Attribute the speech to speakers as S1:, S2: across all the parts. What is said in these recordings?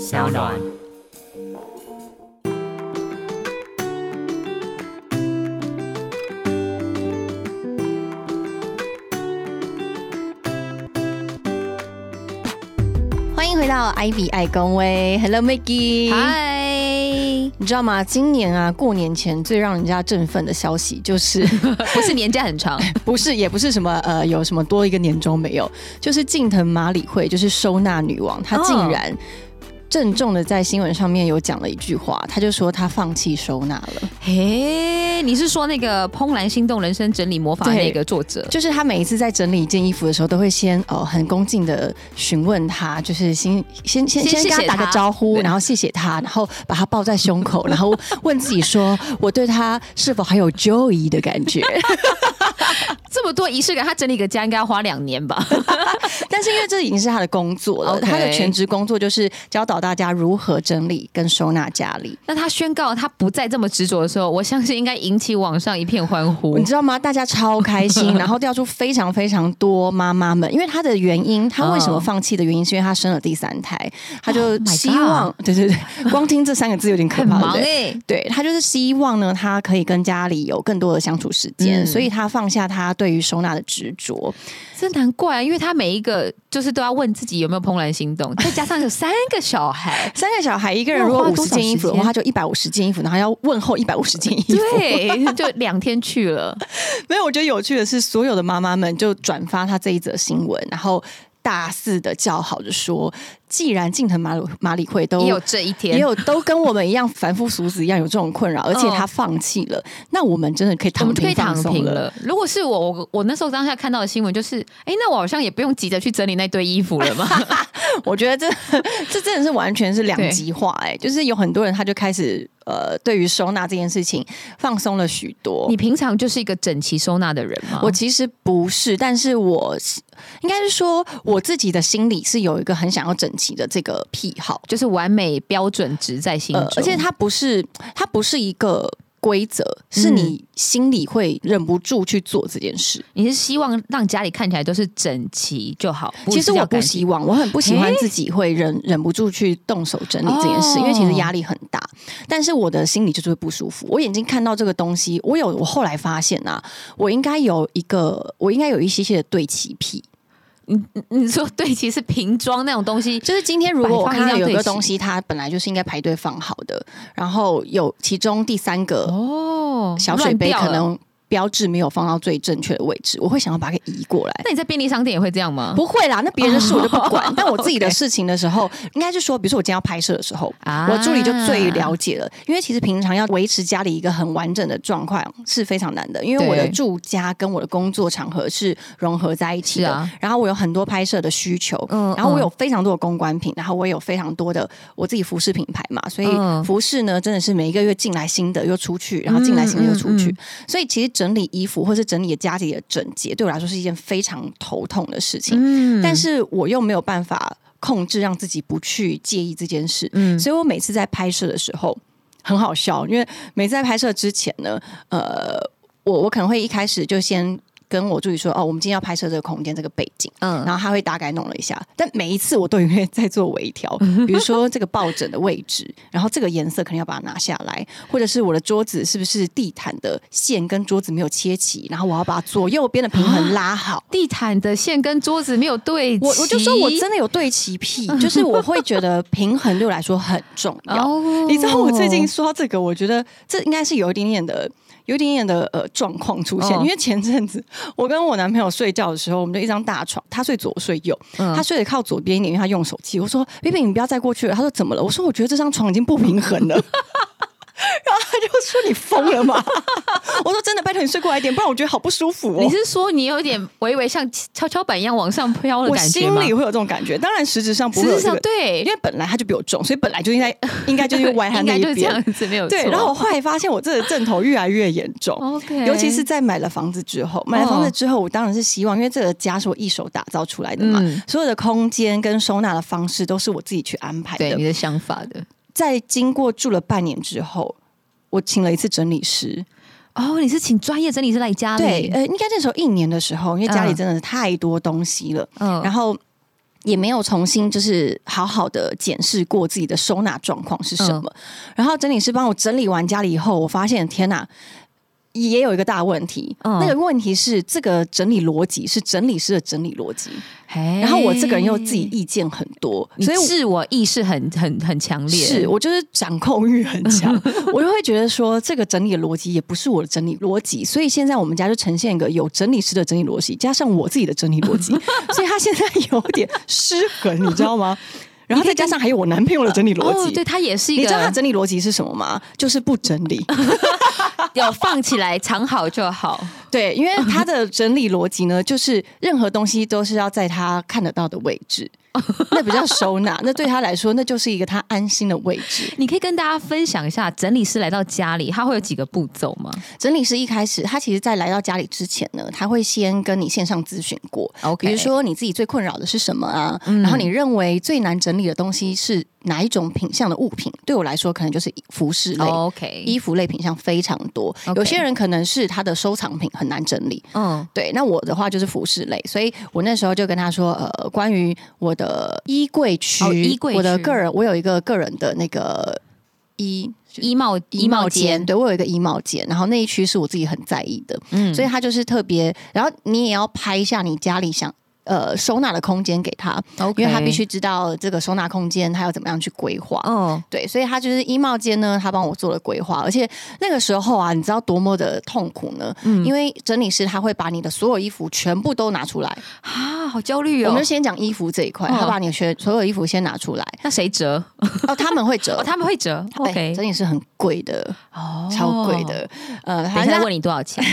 S1: 小暖。
S2: 欢迎回到 Ivy 爱公威，Hello Maggie。
S3: 嗨，
S2: 你知道吗？今年啊，过年前最让人家振奋的消息就是，
S3: 不是年假很长，
S2: 不是也不是什么呃，有什么多一个年终没有，就是近藤麻里惠，就是收纳女王，她竟
S3: 哦
S2: 然郑重的在新闻上面有讲了一句话，她就说她放弃收纳了，
S3: 嘿，你是说那个《怦然心动人生整理魔法》
S2: 对
S3: 那个作者？
S2: 就是她每一次在整理一件衣服的时候，都会先哦、呃很恭敬的询问她，就是先先先
S3: 先
S2: 先跟
S3: 谢
S2: 她
S3: 谢
S2: 打个
S3: 她
S2: 招呼，
S3: 对
S2: 然后谢谢她，然后把她抱在胸口， 然后问自己说，我对她是否还有 Joey 的感觉。
S3: 这么多仪式感，他整理个家应该要花两年吧？
S2: 但是因为这已经是他的工作了，
S3: OK
S2: 他的全职工作就是教导大家如何整理跟收纳家里。
S3: 那他宣告他不再这么执着的时候，我相信应该引起网上一片欢呼
S2: 你。知道吗？大家超开心，然后调出非常非常多妈妈们，因为她的原因，她为什么放弃的原因，是因为她生了第三胎，她就
S3: Oh my
S2: 希望，对对对，光听这三个字有点可
S3: 很
S2: 怕，对
S3: 忙
S2: 不对？
S3: 哎、
S2: 对他就是希望呢，他可以跟家里有更多的相处时间，
S3: 嗯
S2: 所以他放下他对于收纳的执着。，
S3: 真难怪、啊，因为他每一个就是都要问自己有没有怦然心动， 再加上有三个小孩
S2: 三个小孩，一个人
S3: 哇
S2: 如
S3: 花
S2: 果
S3: 了
S2: 五
S3: 多
S2: 十
S3: 少
S2: 件衣
S3: 时
S2: 服的话，
S3: 间
S2: 他就一百五十件衣服，然后要问候一百五十件衣服。
S3: 对， 就两天去了。
S2: 没有，我觉得有趣的是，所有的妈妈们就转发她这一则新闻，然后大肆的叫好着说，既然近藤马里马里会都
S3: 也有这一天，
S2: 也有都跟我们一样凡夫俗子一样有这种困扰，而且她放弃 了，那我们真的可以
S3: 我
S2: 躺
S3: 们就可
S2: 平
S3: 以
S2: 放
S3: 躺
S2: 松
S3: 平
S2: 了。
S3: 了。如果是我，我我那时候当下看到的新闻就是，哎、那我好像也不用急着去整理那堆衣服 了嘛。
S2: 我觉得这这真的是完全是两极化、哎，就是有很多人他就开始呃，对于收纳这件事情放松了许多。
S3: 你平常就是一个整齐收纳的人吗？
S2: 我其实不是，但是我是应该是说我自己的心里是有一个很想要整齐的这个癖好，
S3: 就是完美标准值在心中，
S2: 呃，而且它不是它不是一个规则，是你心里会忍不住去做这件事。
S3: 你是希望让家里看起来都是整齐就好。
S2: 其实我不
S3: 喜
S2: 希望，我很不喜欢自己会忍忍不住去动手整理这件事，
S3: 哦
S2: 因为其实压力很大。但是我的心里就是会不舒服。我眼睛看到这个东西，我有我后来发现啊，我应该有一个，我应该有一些些的对齐癖。
S3: 你说对，其实瓶装那种东西，
S2: 就是今天如果我
S3: 摆放
S2: 看
S3: 一
S2: 到
S3: 定要
S2: 有
S3: 对
S2: 个
S3: 齐
S2: 东西，它本来就是应该排队放好的，然后有其中第三个
S3: 哦
S2: 小水杯
S3: 乱掉
S2: 可
S3: 了
S2: 能标志没有放到最正确的位置，我会想要把它给移过来。
S3: 那你在便利商店也会这样吗？
S2: 不会啦，那别人的事我就不管。
S3: 哦
S2: 但我自己的
S3: OK
S2: 事情的时候，应该是说，比如说我今天要拍摄的时候，
S3: 啊
S2: 我助理就最了解了，因为其实平常要维持家里一个很完整的状况是非常难的，因为我的
S3: 对
S2: 住家跟我的工作场合是融合在一起
S3: 是
S2: 的。
S3: 啊
S2: 然后我有很多拍摄的需求，
S3: 嗯
S2: 然后我有非常多的公关品，然后我有非常多的我自己服饰品牌嘛，所以
S3: 嗯
S2: 服饰呢真的是每一个月进来新的又出去，然后进来新的又出去，
S3: 嗯嗯
S2: 所以其实整理衣服或是整理家里的整洁，对我来说是一件非常头痛的事情。
S3: 嗯
S2: 但是我又没有办法控制让自己不去介意这件事，
S3: 嗯
S2: 所以我每次在拍摄的时候很好笑，因为每次在拍摄之前呢，呃，我我可能会一开始就先。跟我助理说哦，我们今天要拍摄这个空间，这个背景，
S3: 嗯
S2: 然后他会大概弄了一下，但每一次我都有点在做微 调，比如说这个抱枕的位置，然后这个颜色可能要把它拿下来，或者是我的桌子是不是地毯的线跟桌子没有切齐，然后我要把左右边的平
S3: 啊
S2: 衡拉好，
S3: 地毯的线跟桌子没有对齐，
S2: 我我就说我真的有对齐 癖，就是我会觉得平衡对我来说很重要。
S3: 哦
S2: 你知道我最近说到这个，我觉得这应该是有一点点的。有一点点的呃状况出现，
S3: 哦
S2: 因为前阵子我跟我男朋友睡觉的时候，我们就一张大床，他睡左，我睡右，
S3: 嗯
S2: 他睡得靠左边一点，因为他用手机。我说：“贝贝，你不要再过去了。”他说：“怎么了？”我说：“我觉得这张床已经不平衡了。” 然后他就说：“你疯了吗？”我说：“真的，拜托你睡过来一点，不然我觉得好不舒服哦。”
S3: 你是说你有点微微像跷跷板一样往上飘的
S2: 我
S3: 感觉
S2: 心
S3: 吗？
S2: 里会有这种感觉，当然实质上不
S3: 实
S2: 会有
S3: 际
S2: 这
S3: 上
S2: 个，
S3: 对，
S2: 因为本来他就比我重，所以本来就应 该应该就是歪他
S3: 应
S2: 那
S3: 该就
S2: 一
S3: 是这样
S2: 边。
S3: 子，没有
S2: 对，
S3: 错
S2: 然后我哦后来发现我这个症头越来越严重
S3: OK 嗯
S2: 尤其是在买了房子之后，买了房子之后，我当然是希望，因为这个家是我一手打造出来的嘛，
S3: 嗯
S2: 所有的空间跟收纳的方式都是我自己去安排
S3: 对
S2: 的
S3: 你。的想法的。
S2: 在经过住了半年之后，我请了一次整理师，
S3: 哦，你是请专业整理师来家里，
S2: 对，呃，应该那时候一年的时候，因为家里真的是太多东西了，
S3: 嗯
S2: 然后。也没有重新就是好好的检视过自己的收纳状况是什么。
S3: 嗯
S2: 然后整理师帮我整理完家里以后，我发现天哪！也有一个大问题，
S3: 嗯
S2: 那个问题是这个整理逻辑是整理师的整理逻辑，
S3: 嘿
S2: 然后我这个人又自己，意见很多，
S3: 所
S2: 所以
S3: 以
S2: 我
S3: 哎自我意识很很很强烈，
S2: 是我就是掌控欲很 强，我就会觉得说这个整理的逻辑也不是我的整理逻辑，所以现在我们家就呈现一个有整理师的整理逻辑，加上我自己的整理逻 辑，所以他现在有点失衡，你知道 吗？然后再加上还有我男朋友的整理逻
S3: 哦，
S2: 辑
S3: 对，，他也是一
S2: 你知道他
S3: 个
S2: 整理逻辑是什么吗？就是不整 理。
S3: 要放起来藏好 就好，
S2: 对，因为他的整理逻辑呢，就是任何东西都是要在他看得到的位置，那比较收纳。那对他来说，那就是一个他安心的位置。
S3: 你可以跟大家分享一下，整理师来到家里，他会有几个步骤吗
S2: 整理师一开始，他其实在来到家里之前呢，他会先跟你线上咨询过，
S3: ？OK，嗯
S2: 比如说你自己最困扰的是什么啊？然后你认为最难整理的东西是哪一种品相的物品？对我来说，可能就是服饰类。
S3: 哦 OK，
S2: 衣服类品相非常多
S3: OK
S2: 有些人可能是他的收藏品很难整理，
S3: 嗯，
S2: 对，那我的话就是服饰类，所以我那时候就跟他说，呃，关于我的衣柜区，
S3: 哦衣柜
S2: 我的
S3: 区
S2: 个人，我有一个个人的那个衣
S3: 衣帽
S2: 衣帽间，，对我有一个衣帽间，然后那一区是我自己很在意的，
S3: 嗯
S2: 所以他就是特别，然后你也要拍一下你家里想。呃，收纳的空间给他，
S3: OK
S2: 因为他必须知道这个收纳空间，他要怎么样去规划。
S3: 哦，
S2: 对，所以他就是衣帽间呢，他帮我做了规划，而且那个时候啊，你知道多么的痛苦呢？
S3: 嗯
S2: 因为整理师他会把你的所有衣服全部都拿出来。
S3: 啊，好焦虑
S2: 我
S3: 哦
S2: 们就。先讲衣服这一块，
S3: 哦
S2: 他把你的全所有衣服先拿出来，
S3: 那谁折？
S2: 哦，他们会折，
S3: 哦，他们会折
S2: 哎
S3: ，OK，
S2: 整理师很贵的，
S3: 哦
S2: 超贵。的，呃，
S3: 等
S2: 反
S3: 一下
S2: 正
S3: 问你多 少钱？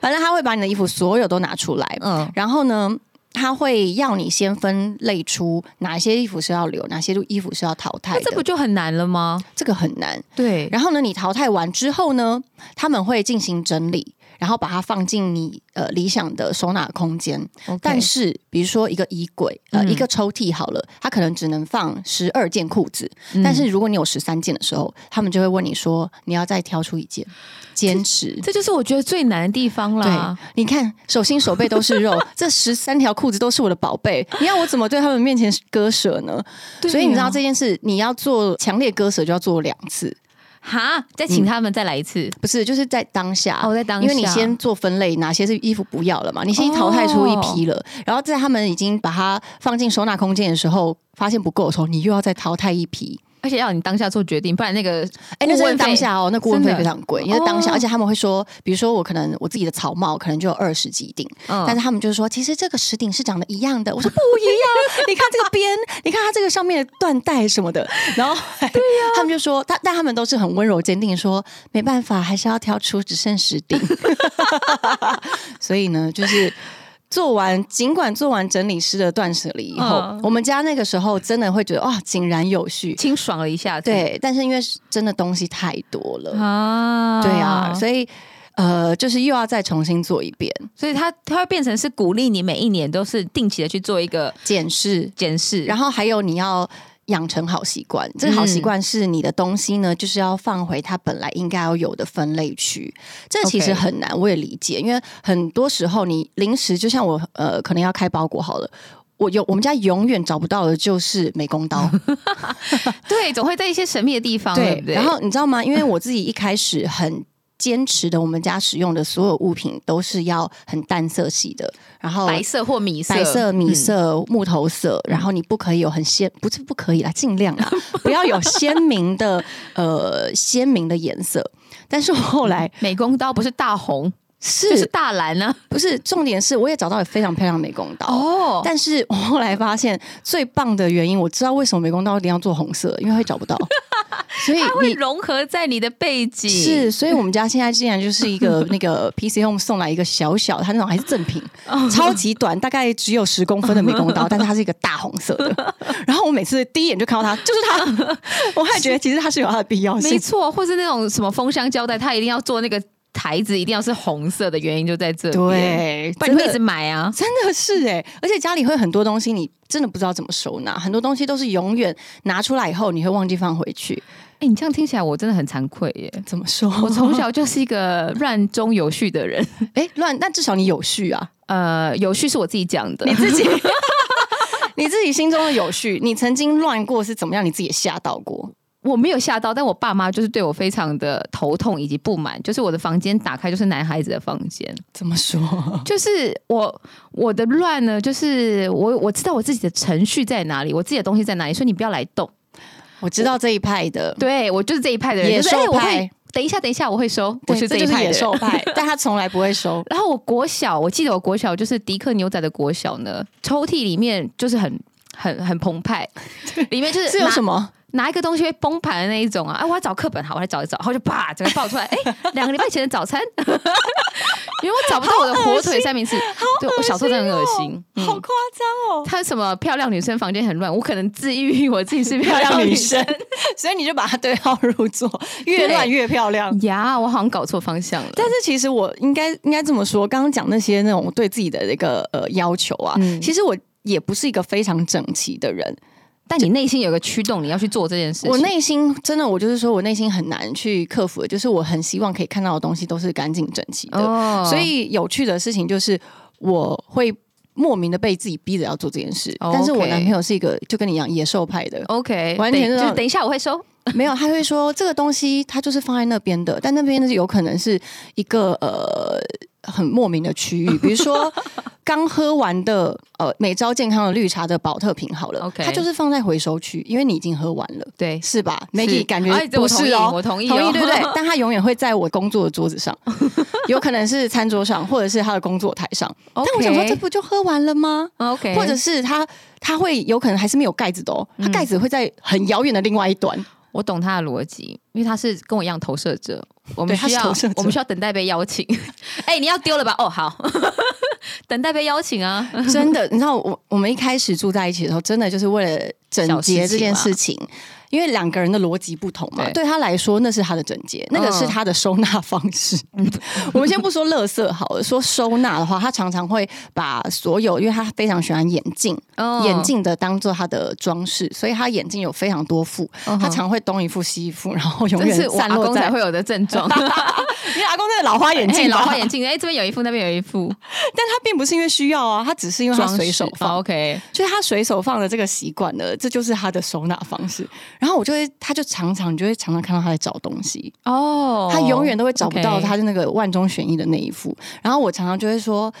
S2: 反正他会把你的衣服所有都拿出来，
S3: 嗯，
S2: 然后呢，他会要你先分类出哪些衣服是要留，哪些衣服是要淘汰
S3: 那这不
S2: 的，
S3: 就很难了吗？
S2: 这个很难。
S3: 对，
S2: 然后呢，你淘汰完之后呢，他们会进行整理，然后把它放进你呃理想的收纳空间。
S3: OK
S2: 但是，比如说一个衣柜，呃，
S3: 嗯
S2: 一个抽屉好了，它可能只能放十二件裤子。
S3: 嗯
S2: 但是如果你有十三件的时候，他们就会问你说，你要再挑出一件，坚持。
S3: 这就是我觉得最难的地方
S2: 对
S3: 啦。，
S2: 你看手心手背都是 肉，这十三条裤子都是我的宝贝，你要我怎么对他们面前割舍呢？
S3: 对啊
S2: 所以你知道这件事，你要做强烈割舍，就要做两次，
S3: 哈，再请他们再来一次。
S2: 不是就是在当下
S3: 哦，在当下，
S2: 嗯因为你先做分类，哪些是衣服不要了嘛，你先淘汰出一批
S3: 哦
S2: 了，然后在他们已经把它放进收纳空间的时候，发现不够的时候，你又要再淘汰一批。
S3: 而且要你当下做决定，不然那个
S2: 哎、那
S3: 顾
S2: 真
S3: 问
S2: 的当
S3: 费
S2: 下哦，那顾问费
S3: 真的
S2: 非常贵，因为当下，
S3: 哦
S2: 而且他们会说，比如说我可能我自己的草帽可能就有二十几顶，
S3: 嗯
S2: 但是他们就是说，其实这个十顶是长得一样的。我说不一样，啊你看这个边，你看它这个上面的缎带什么的。然后对呀、他们就说，但但他们都是很温柔坚定地说，没办法，还是要挑出只剩十顶。所以呢，就是。做完，尽管做完整理师的断舍离以后，
S3: 嗯
S2: 我们家那个时候真的会觉得哇，井然有 序。
S3: 清爽了一下子。
S2: 对，但是因为是真的东西太多了，
S3: 啊，
S2: 对啊，
S3: 所以
S2: 所以呃，就是又要再重新做一遍
S3: 所以他他会变成是鼓励你每一年都是定期的去做一个
S2: 检视，
S3: 检视，
S2: 然
S3: 后
S2: 后还有你要养成好习惯。这个好
S3: 嗯
S2: 习惯是你的东西呢，就是要放回它本来应该要有的分类区。这其实
S3: OK
S2: 很难，我也理解，因为很多时候你临时，就像我呃，可能要开包裹好了。我有我们家永远找不到的就是美工刀，
S3: 对，总会在一些神秘的地方， 对不对？
S2: 然后你知道吗？因为我自己一开始很坚持的，我们家使用的所有物品都是要很淡色系的，然后
S3: 白色或米色，
S2: 白色、米
S3: 嗯
S2: 色、木头色，然后你不可以有很鲜，不是不可以啦，尽量 啦，不要有鲜明的呃鲜明的颜色。但是我后来
S3: 美工刀不是大红，嗯就是
S2: 是
S3: 大蓝呢、
S2: 不是重点是，我也找到了非常漂亮的美工刀。
S3: 哦
S2: 但是我后来发现最棒的原因，我知道为什么美工刀一定要做红色，因为会找不到， 所以
S3: 它会
S2: 你
S3: 融合在你的背景，
S2: 是，所以我们家现在竟然就是一 个那个 PC Home 送来一个小小，它那种还是正品，
S3: 哦
S2: 超级短，大概只有十公分的美 工刀，但是它是一个大红色的。然后我每次第一眼就看到它，就是它， 我还觉得其实它是有它的必要
S3: 没
S2: 性。
S3: 错，或是那种什么封箱胶带，它一定要做那个台子，一定要是红色的原因就在这里，，
S2: 对，
S3: 不然你会一
S2: 真
S3: 直
S2: 的
S3: 买啊。
S2: 真的是哎、而且家里会很多东西，你真的不知道怎么收纳，很多东西都是永远拿出来以后你会忘记放回去。
S3: 哎、你这样听起来我真的很惭愧耶。
S2: 怎么说？
S3: 我 从小就是一个乱中有序的人，
S2: 哎乱，那至少你有序啊，
S3: 呃，有序是我自己讲的，
S2: 自己。你自己心中的有序，你曾经乱过是怎么样？你自己也吓到过，
S3: 我没有吓到，但我爸妈就是对我非常的头痛以及不满，就是我的房间打开就是男孩子的房间，
S2: 怎么说？
S3: 就是我我的乱呢，就是我我知道我自己的程序在哪里，我自己的东西在哪里，所以你不要来动。
S2: 我知道这一派的
S3: 对我就是这一派的人，
S2: 野
S3: 就是哎
S2: 兽
S3: 我会
S2: 派，
S3: 等一下，等一下，我会收，我
S2: 对
S3: 是
S2: 这
S3: 一
S2: 就是
S3: 派的
S2: 野
S3: 人
S2: 兽 派，但他从来不会收。
S3: 然后我国小，我记得我国小就是迪克牛仔的国小呢，抽屉里面就是很很很澎 湃，里面就是
S2: 是有
S3: 拿
S2: 什么？
S3: 拿一个东西会崩盘的那一种啊！哎、我要找课本，好，我来找一找，然后就啪，整个爆出来。哎、 两个礼拜前的早餐， 因为我找不到我的火腿三明治，对我小时候真的很恶心。嗯，
S2: 夸张哦！
S3: 他什么漂亮女生房间很乱，我可能自愈我自己是 漂
S2: 漂
S3: 亮
S2: 亮
S3: 女
S2: 女
S3: 生
S2: 生。， 所以你就把它对号入座，越
S3: 对
S2: 乱越漂亮。
S3: 呀我好像搞错方向了。
S2: 但是其实我应该应该这么说，刚刚讲那些那种对自己的那个呃要求啊，
S3: 嗯
S2: 其实我也不是一个非常整齐的人。
S3: 但你内心有个驱动，你要去做这件事情。
S2: 我内心真的，我就是说我内心很难去克服的，就是我很希望可以看到的东西都是干净整齐的。
S3: 哦
S2: 所以有趣的事情就是，我会莫名的被自己逼着要做这件事。
S3: 哦
S2: 但是我
S3: OK，
S2: 男朋友是一个就跟你一样野兽派的
S3: OK，
S2: 完全
S3: 等
S2: 知道
S3: 就是等一下我会收。
S2: 没有，他会说这个东西它就是放在那边的，但那边是有可能是一个呃很莫名的区域，比如 说刚喝完的呃美招健康的绿茶的保特瓶好了
S3: OK
S2: 它就是放在回收区，因为你已经喝完了。
S3: 对，
S2: 是吧？Maggie 感觉
S3: 哎对
S2: 不
S3: 我同
S2: 是
S3: 意
S2: 哦，
S3: 我同意哦
S2: 同意对不对？ 但他永远会在我工作的桌子上，有可能是餐桌上，或者是他的工作台上。但我想说，这不就喝完了吗？
S3: OK，嗯
S2: 或者是他他会有可能还是没有盖子的哦，他盖子会在很遥远的另外一端。
S3: 我懂他的逻辑，因为他是跟我一样投射 者，我们
S2: 对他
S3: 需
S2: 是
S3: 要
S2: 投射者
S3: 我们需要等待被邀请。 哎、你要丢了吧？哦，好， 等待被邀请啊。
S2: 真的，你知道我我们一开始住在一起的时候，真的就是为了整洁这件事情，因为两个人的逻辑不同嘛。
S3: 对
S2: 对他来说，那是他的整洁，那个是他的收纳方 式。我们先不说垃圾好了，说收纳的话，他常常会把所有，因为他非常喜欢眼镜，
S3: 哦
S2: 眼，镜的当做他的装饰，所以他眼镜有非常多副，
S3: 嗯哼
S2: 他常会东一副西一副，然后永
S3: 这
S2: 远
S3: 是我
S2: 散
S3: 阿
S2: 落
S3: 公才
S2: 在。
S3: 会有的症状。
S2: 因为阿公那个老花眼
S3: 哎、
S2: 镜吧，
S3: 老花 眼镜，哎、这边有一副，那边有一副，
S2: 但他并不是因为需要啊，他只是因为他
S3: 装饰
S2: 随手放
S3: 哦。OK，
S2: 就是他随手放的这个习惯呢，这就是他的收纳方式。然后我就会，他就常常，你就会常常看到他在找东西，
S3: 哦，
S2: 他永远都会找不到
S3: OK
S2: 他的那个万中选一的那一副。然后我常常就会说。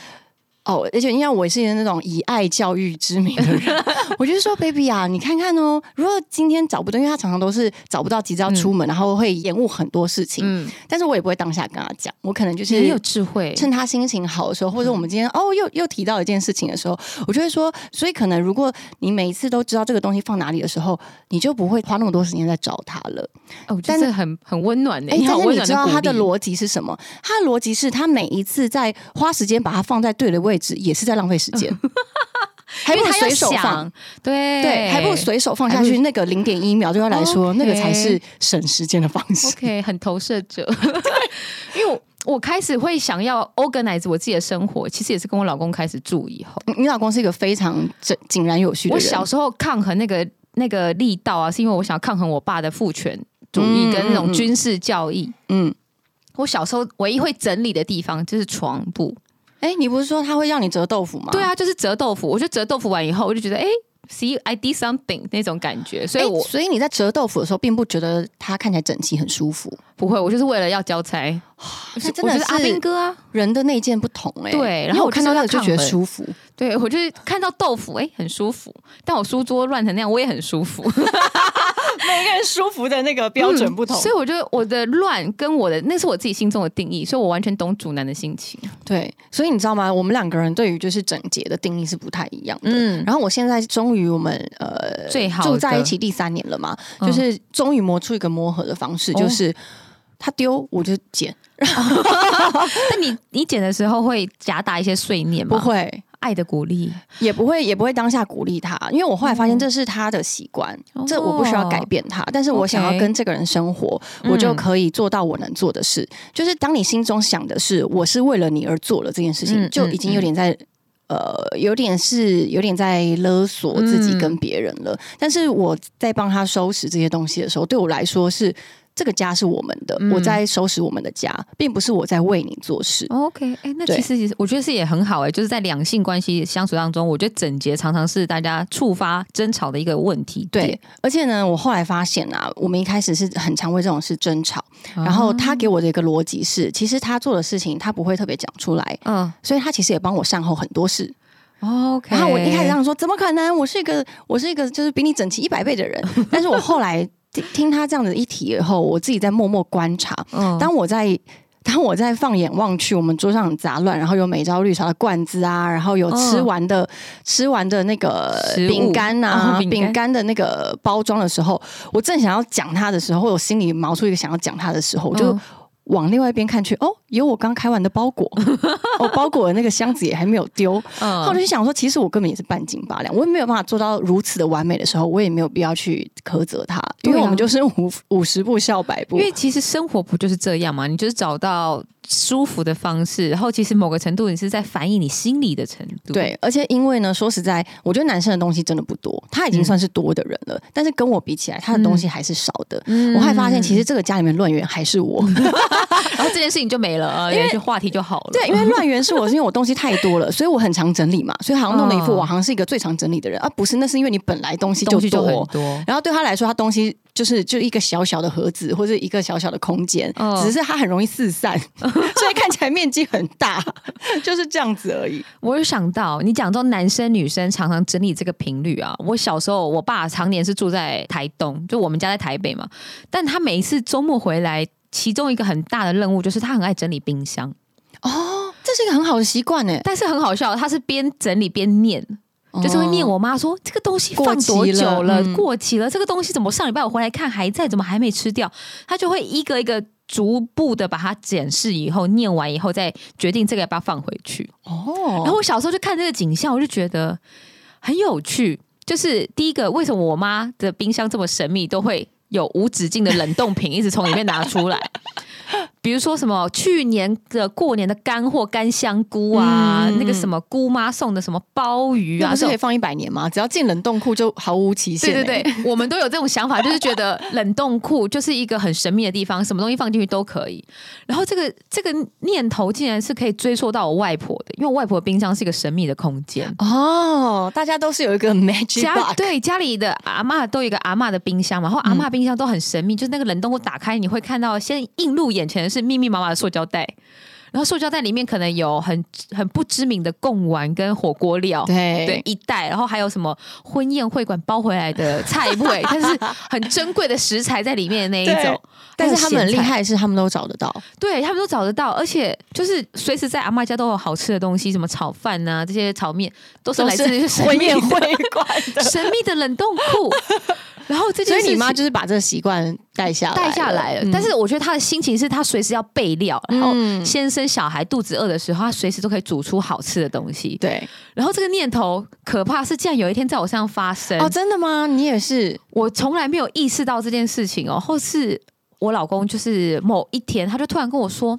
S2: 哦，而且因为我是那种以爱教育之名的 人，我就是说，baby 啊，你看看哦，如果今天找不到，因为他常常都是找不到急着要出门，然后会延误很多事情。
S3: 嗯，
S2: 但是我也不会当下跟他讲，我可能就是
S3: 很有智慧。
S2: 趁他心情好的时候，
S3: 嗯
S2: 或者我们今天哦又又提到一件事情的时候，我就会说，所以可能如果你每一次都知道这个东西放哪里的时候，你就不会花那么多时间在找它了。
S3: 哦，我觉得这很很温暖的、
S2: 哎、
S3: 你好
S2: 但是
S3: 温
S2: 你
S3: 暖
S2: 知道
S3: 鼓
S2: 他的
S3: 励
S2: 逻辑是什么？他的逻辑是他每一次在花时间把它放在对的位置，也是在浪费时 间，还不
S3: 因
S2: 如
S3: 为他要
S2: 随手放
S3: 想。，对
S2: 对，还不如随手放下
S3: 还不
S2: 去，那个零点一秒对他来说
S3: OK
S2: 那个才是省时间的方式。
S3: OK，很投射者， 因为我我开始会想要 organize 我自己的生活，其实也是跟我老公开始住以后，
S2: 你你老公是一个非常井井然有序的
S3: 哦我
S2: 人，
S3: 小时候抗衡那个那个力道啊，是因为我想要抗衡我爸的父权主义
S2: 嗯
S3: 跟那
S2: 嗯
S3: 种
S2: 嗯
S3: 军事教义。
S2: 嗯，
S3: 我小时候唯一会整理的地方就是床布，
S2: 哎、你不是说他会让你折豆腐吗？
S3: 对啊，就是折豆腐。我就折豆腐完以后，我就觉得哎、s e e I did something 那种感觉，所以
S2: 欸
S3: 我
S2: 所以你在折豆腐的时候，并不觉得它看起来整齐很舒服，
S3: 不会，我就是为了要交差，
S2: 那真
S3: 我
S2: 的
S3: 就是阿兵
S2: 是
S3: 哥啊，
S2: 人的内见不同哎、欸。
S3: 对然后
S2: 因为我
S3: 我就
S2: 看
S3: 是
S2: 到那个
S3: 要
S2: 就
S3: 抗
S2: 觉得
S3: 衡
S2: 舒服，
S3: 对我就是看到豆腐哎、很舒服，但我书桌乱成那样我也很 舒服。
S2: 每个人舒服的那个
S3: 嗯所以我觉得我的乱跟我的那是我自己心中的定义，所以我完全懂主男的心情。
S2: 对，所以你知道吗？我们两个人对于就是整洁的定义是不太一样的。
S3: 嗯，
S2: 然后我现在终于我们呃
S3: 最好的
S2: 住在一起第三年了嘛，
S3: 嗯
S2: 就是终于磨出一个磨合的方式，
S3: 哦
S2: 就是他丢我就捡，
S3: 那你你剪的时候会夹杂一些碎念吗？
S2: 不，会
S3: 爱的鼓励，
S2: 也不会也不会当下鼓励他，因为我后来发
S3: 哦
S2: 现这是他的习惯，这我不需要改变他，但是我想要
S3: OK 嗯
S2: 跟这个人生活，我就可以做到我能做的事。就是当你心中想的是我是为了你而做了这件事情，
S3: 嗯
S2: 就已经有点在。呃，有点是有点在勒索
S3: 嗯
S2: 自己跟别人了，但是我在帮他收拾这些东西的时候，对我来说是这个家是我们的，
S3: 嗯
S2: 我在收拾我们的家，并不是我在为你做事。
S3: OK，哎、那
S2: 对
S3: 其实也是我觉得是也很好哎、就是在两性关系相处当中，我觉得整洁常常是大家触发争吵的一个问题点。
S2: 对，而且呢，我后来发现啊，我们一开始是很常为这种事争吵，
S3: 啊，
S2: 然后他给我的一个逻辑是，其实他做的事情他不会特别讲出来，
S3: 嗯
S2: 所以他其实也帮我善后很多事。
S3: ，OK，
S2: 然后我一开始让说，怎么可能？我是一个我是一个就是比你整齐一百倍的人，但是我后来听听他这样子一提以后，我自己在默默观察，
S3: 嗯
S2: 当我在。当我在放眼望去，我们桌上很杂乱，然后有美招绿茶的罐子啊，然后有吃完的、吃完的那个
S3: 嗯食物
S2: 饼干
S3: 哦
S2: 啊、
S3: 饼干
S2: 饼干的那个包装的时候，我正想要讲它的时候，我心里冒出一个想要讲它的时候，我就
S3: 嗯
S2: 往另外一边看去，哦，有我刚开完的 包裹，哦，包裹的那个箱子也还没有丢，
S3: 嗯
S2: 后来就想说，其实我根本也是半斤八两，我也没有办法做到如此的完美的时候，我也没有必要去苛责他，因为
S3: 对啊
S2: 我们就是五五十步笑百步
S3: 因。为其实生活不就是这样嘛？你就是找到舒服的方式，然后其实某个程度你是在反映你心理的程度。，
S2: 对，而且因为呢，说实在，我觉得男生的东西真的不多，他
S3: 嗯
S2: 已经算是多的人了，但是跟我比起来，他的东西还是少的。
S3: 嗯
S2: 我还发现，其实这个家里面乱源还是我，
S3: 然后这件事情就没了，呃
S2: 因为
S3: 有一句话题就好了。
S2: 对，因为乱源是我，是因为我东西太多了，所以我很常整理嘛，所以好像弄了一副
S3: 哦
S2: 我好像是一个最常整理的人，啊，不是，那是因为你本来东西就
S3: 东西就很
S2: 多，
S3: 多。
S2: 然后对他来说，他东西就是就一个小小的盒子或者一个小小的空间，
S3: 嗯
S2: 只是它很容易四散， 所以看起来面积很大， 就是这样子而已。
S3: 我有想到，你讲到男生女生常常整理这个频率啊。我小时候，我爸常年是住在台东，就我们家在台北嘛。但他每一次周末回来，其中一个很大的任务就是他很爱整理冰箱，
S2: 哦，这是一个很好的习惯呢，
S3: 但是很好笑，他是边整理边念，欸就是会念
S2: 哦。
S3: 我妈说这个东西放多久
S2: 过期
S3: 了
S2: 了，嗯
S3: 过期了，这个东西怎么上礼拜我回来看还在，怎么还没吃掉？她就会一个一个逐步的把它检视，以后念完以后再决定这个要不要放回去。
S2: 哦，
S3: 然后我小时候就看这个景象，我就觉得很有趣。就是第一个，为什么我妈的冰箱这么神秘，都会有无止境的冷冻品一直从里面拿出来？比如说什么去年的过年的干货干香菇啊，
S2: 嗯
S3: 那个什么姑妈送的什么鲍鱼
S2: 那
S3: 啊，
S2: 不是
S3: 这种
S2: 可以放一百年吗？只要进冷冻库就毫无期限。欸
S3: 对对，对，我们都有这种想法，就是觉得冷冻库就是一个很神秘的地方，什么东西放进去都可以。然后这个这个念头竟然是可以追溯到我外婆的，因为我外婆的冰箱是一个神秘的空间。
S2: 哦，大家都是有 一个 magic
S3: 家
S2: box，
S3: 对家里的阿嬷都有一个阿嬷的冰箱嘛，然后
S2: 嗯
S3: 阿嬷冰箱都很神秘，就是那个冷冻库打开，你会看到先映入眼前的是密密麻麻的塑胶袋，然后塑胶袋里面可能有很很不知名的贡丸跟火锅料，
S2: 对
S3: 对一袋，然后还有什么婚宴会馆包回来的菜 味，但是很珍贵的食材在里面的那一种
S2: 对。但是他们很厉
S3: 还有咸菜，
S2: 害，是他们都找得到。
S3: 对他们都找得到，而且就是随时在阿妈家都有好吃的东西，什么炒饭啊，这些炒面都是来自 于神
S2: 婚
S3: 秘
S2: 宴
S3: 的
S2: 会馆 的，
S3: 神秘的冷冻 库。然后这件
S2: 所
S3: 事
S2: 以
S3: 情
S2: 你妈就是把这个习惯带下来
S3: 带下来了，
S2: 嗯
S3: 但是我觉得她的心情是她随时要备料，然后
S2: 嗯
S3: 先生小孩肚子饿的时候，她随时都可以煮出好吃的东西。
S2: 对
S3: 然后这个念头可怕是，竟然有一天在我身上发生，
S2: 哦，真的吗？你也是
S3: 我从来没有意识到这件事情哦，后是我老公就是某一天，他就突然跟我说。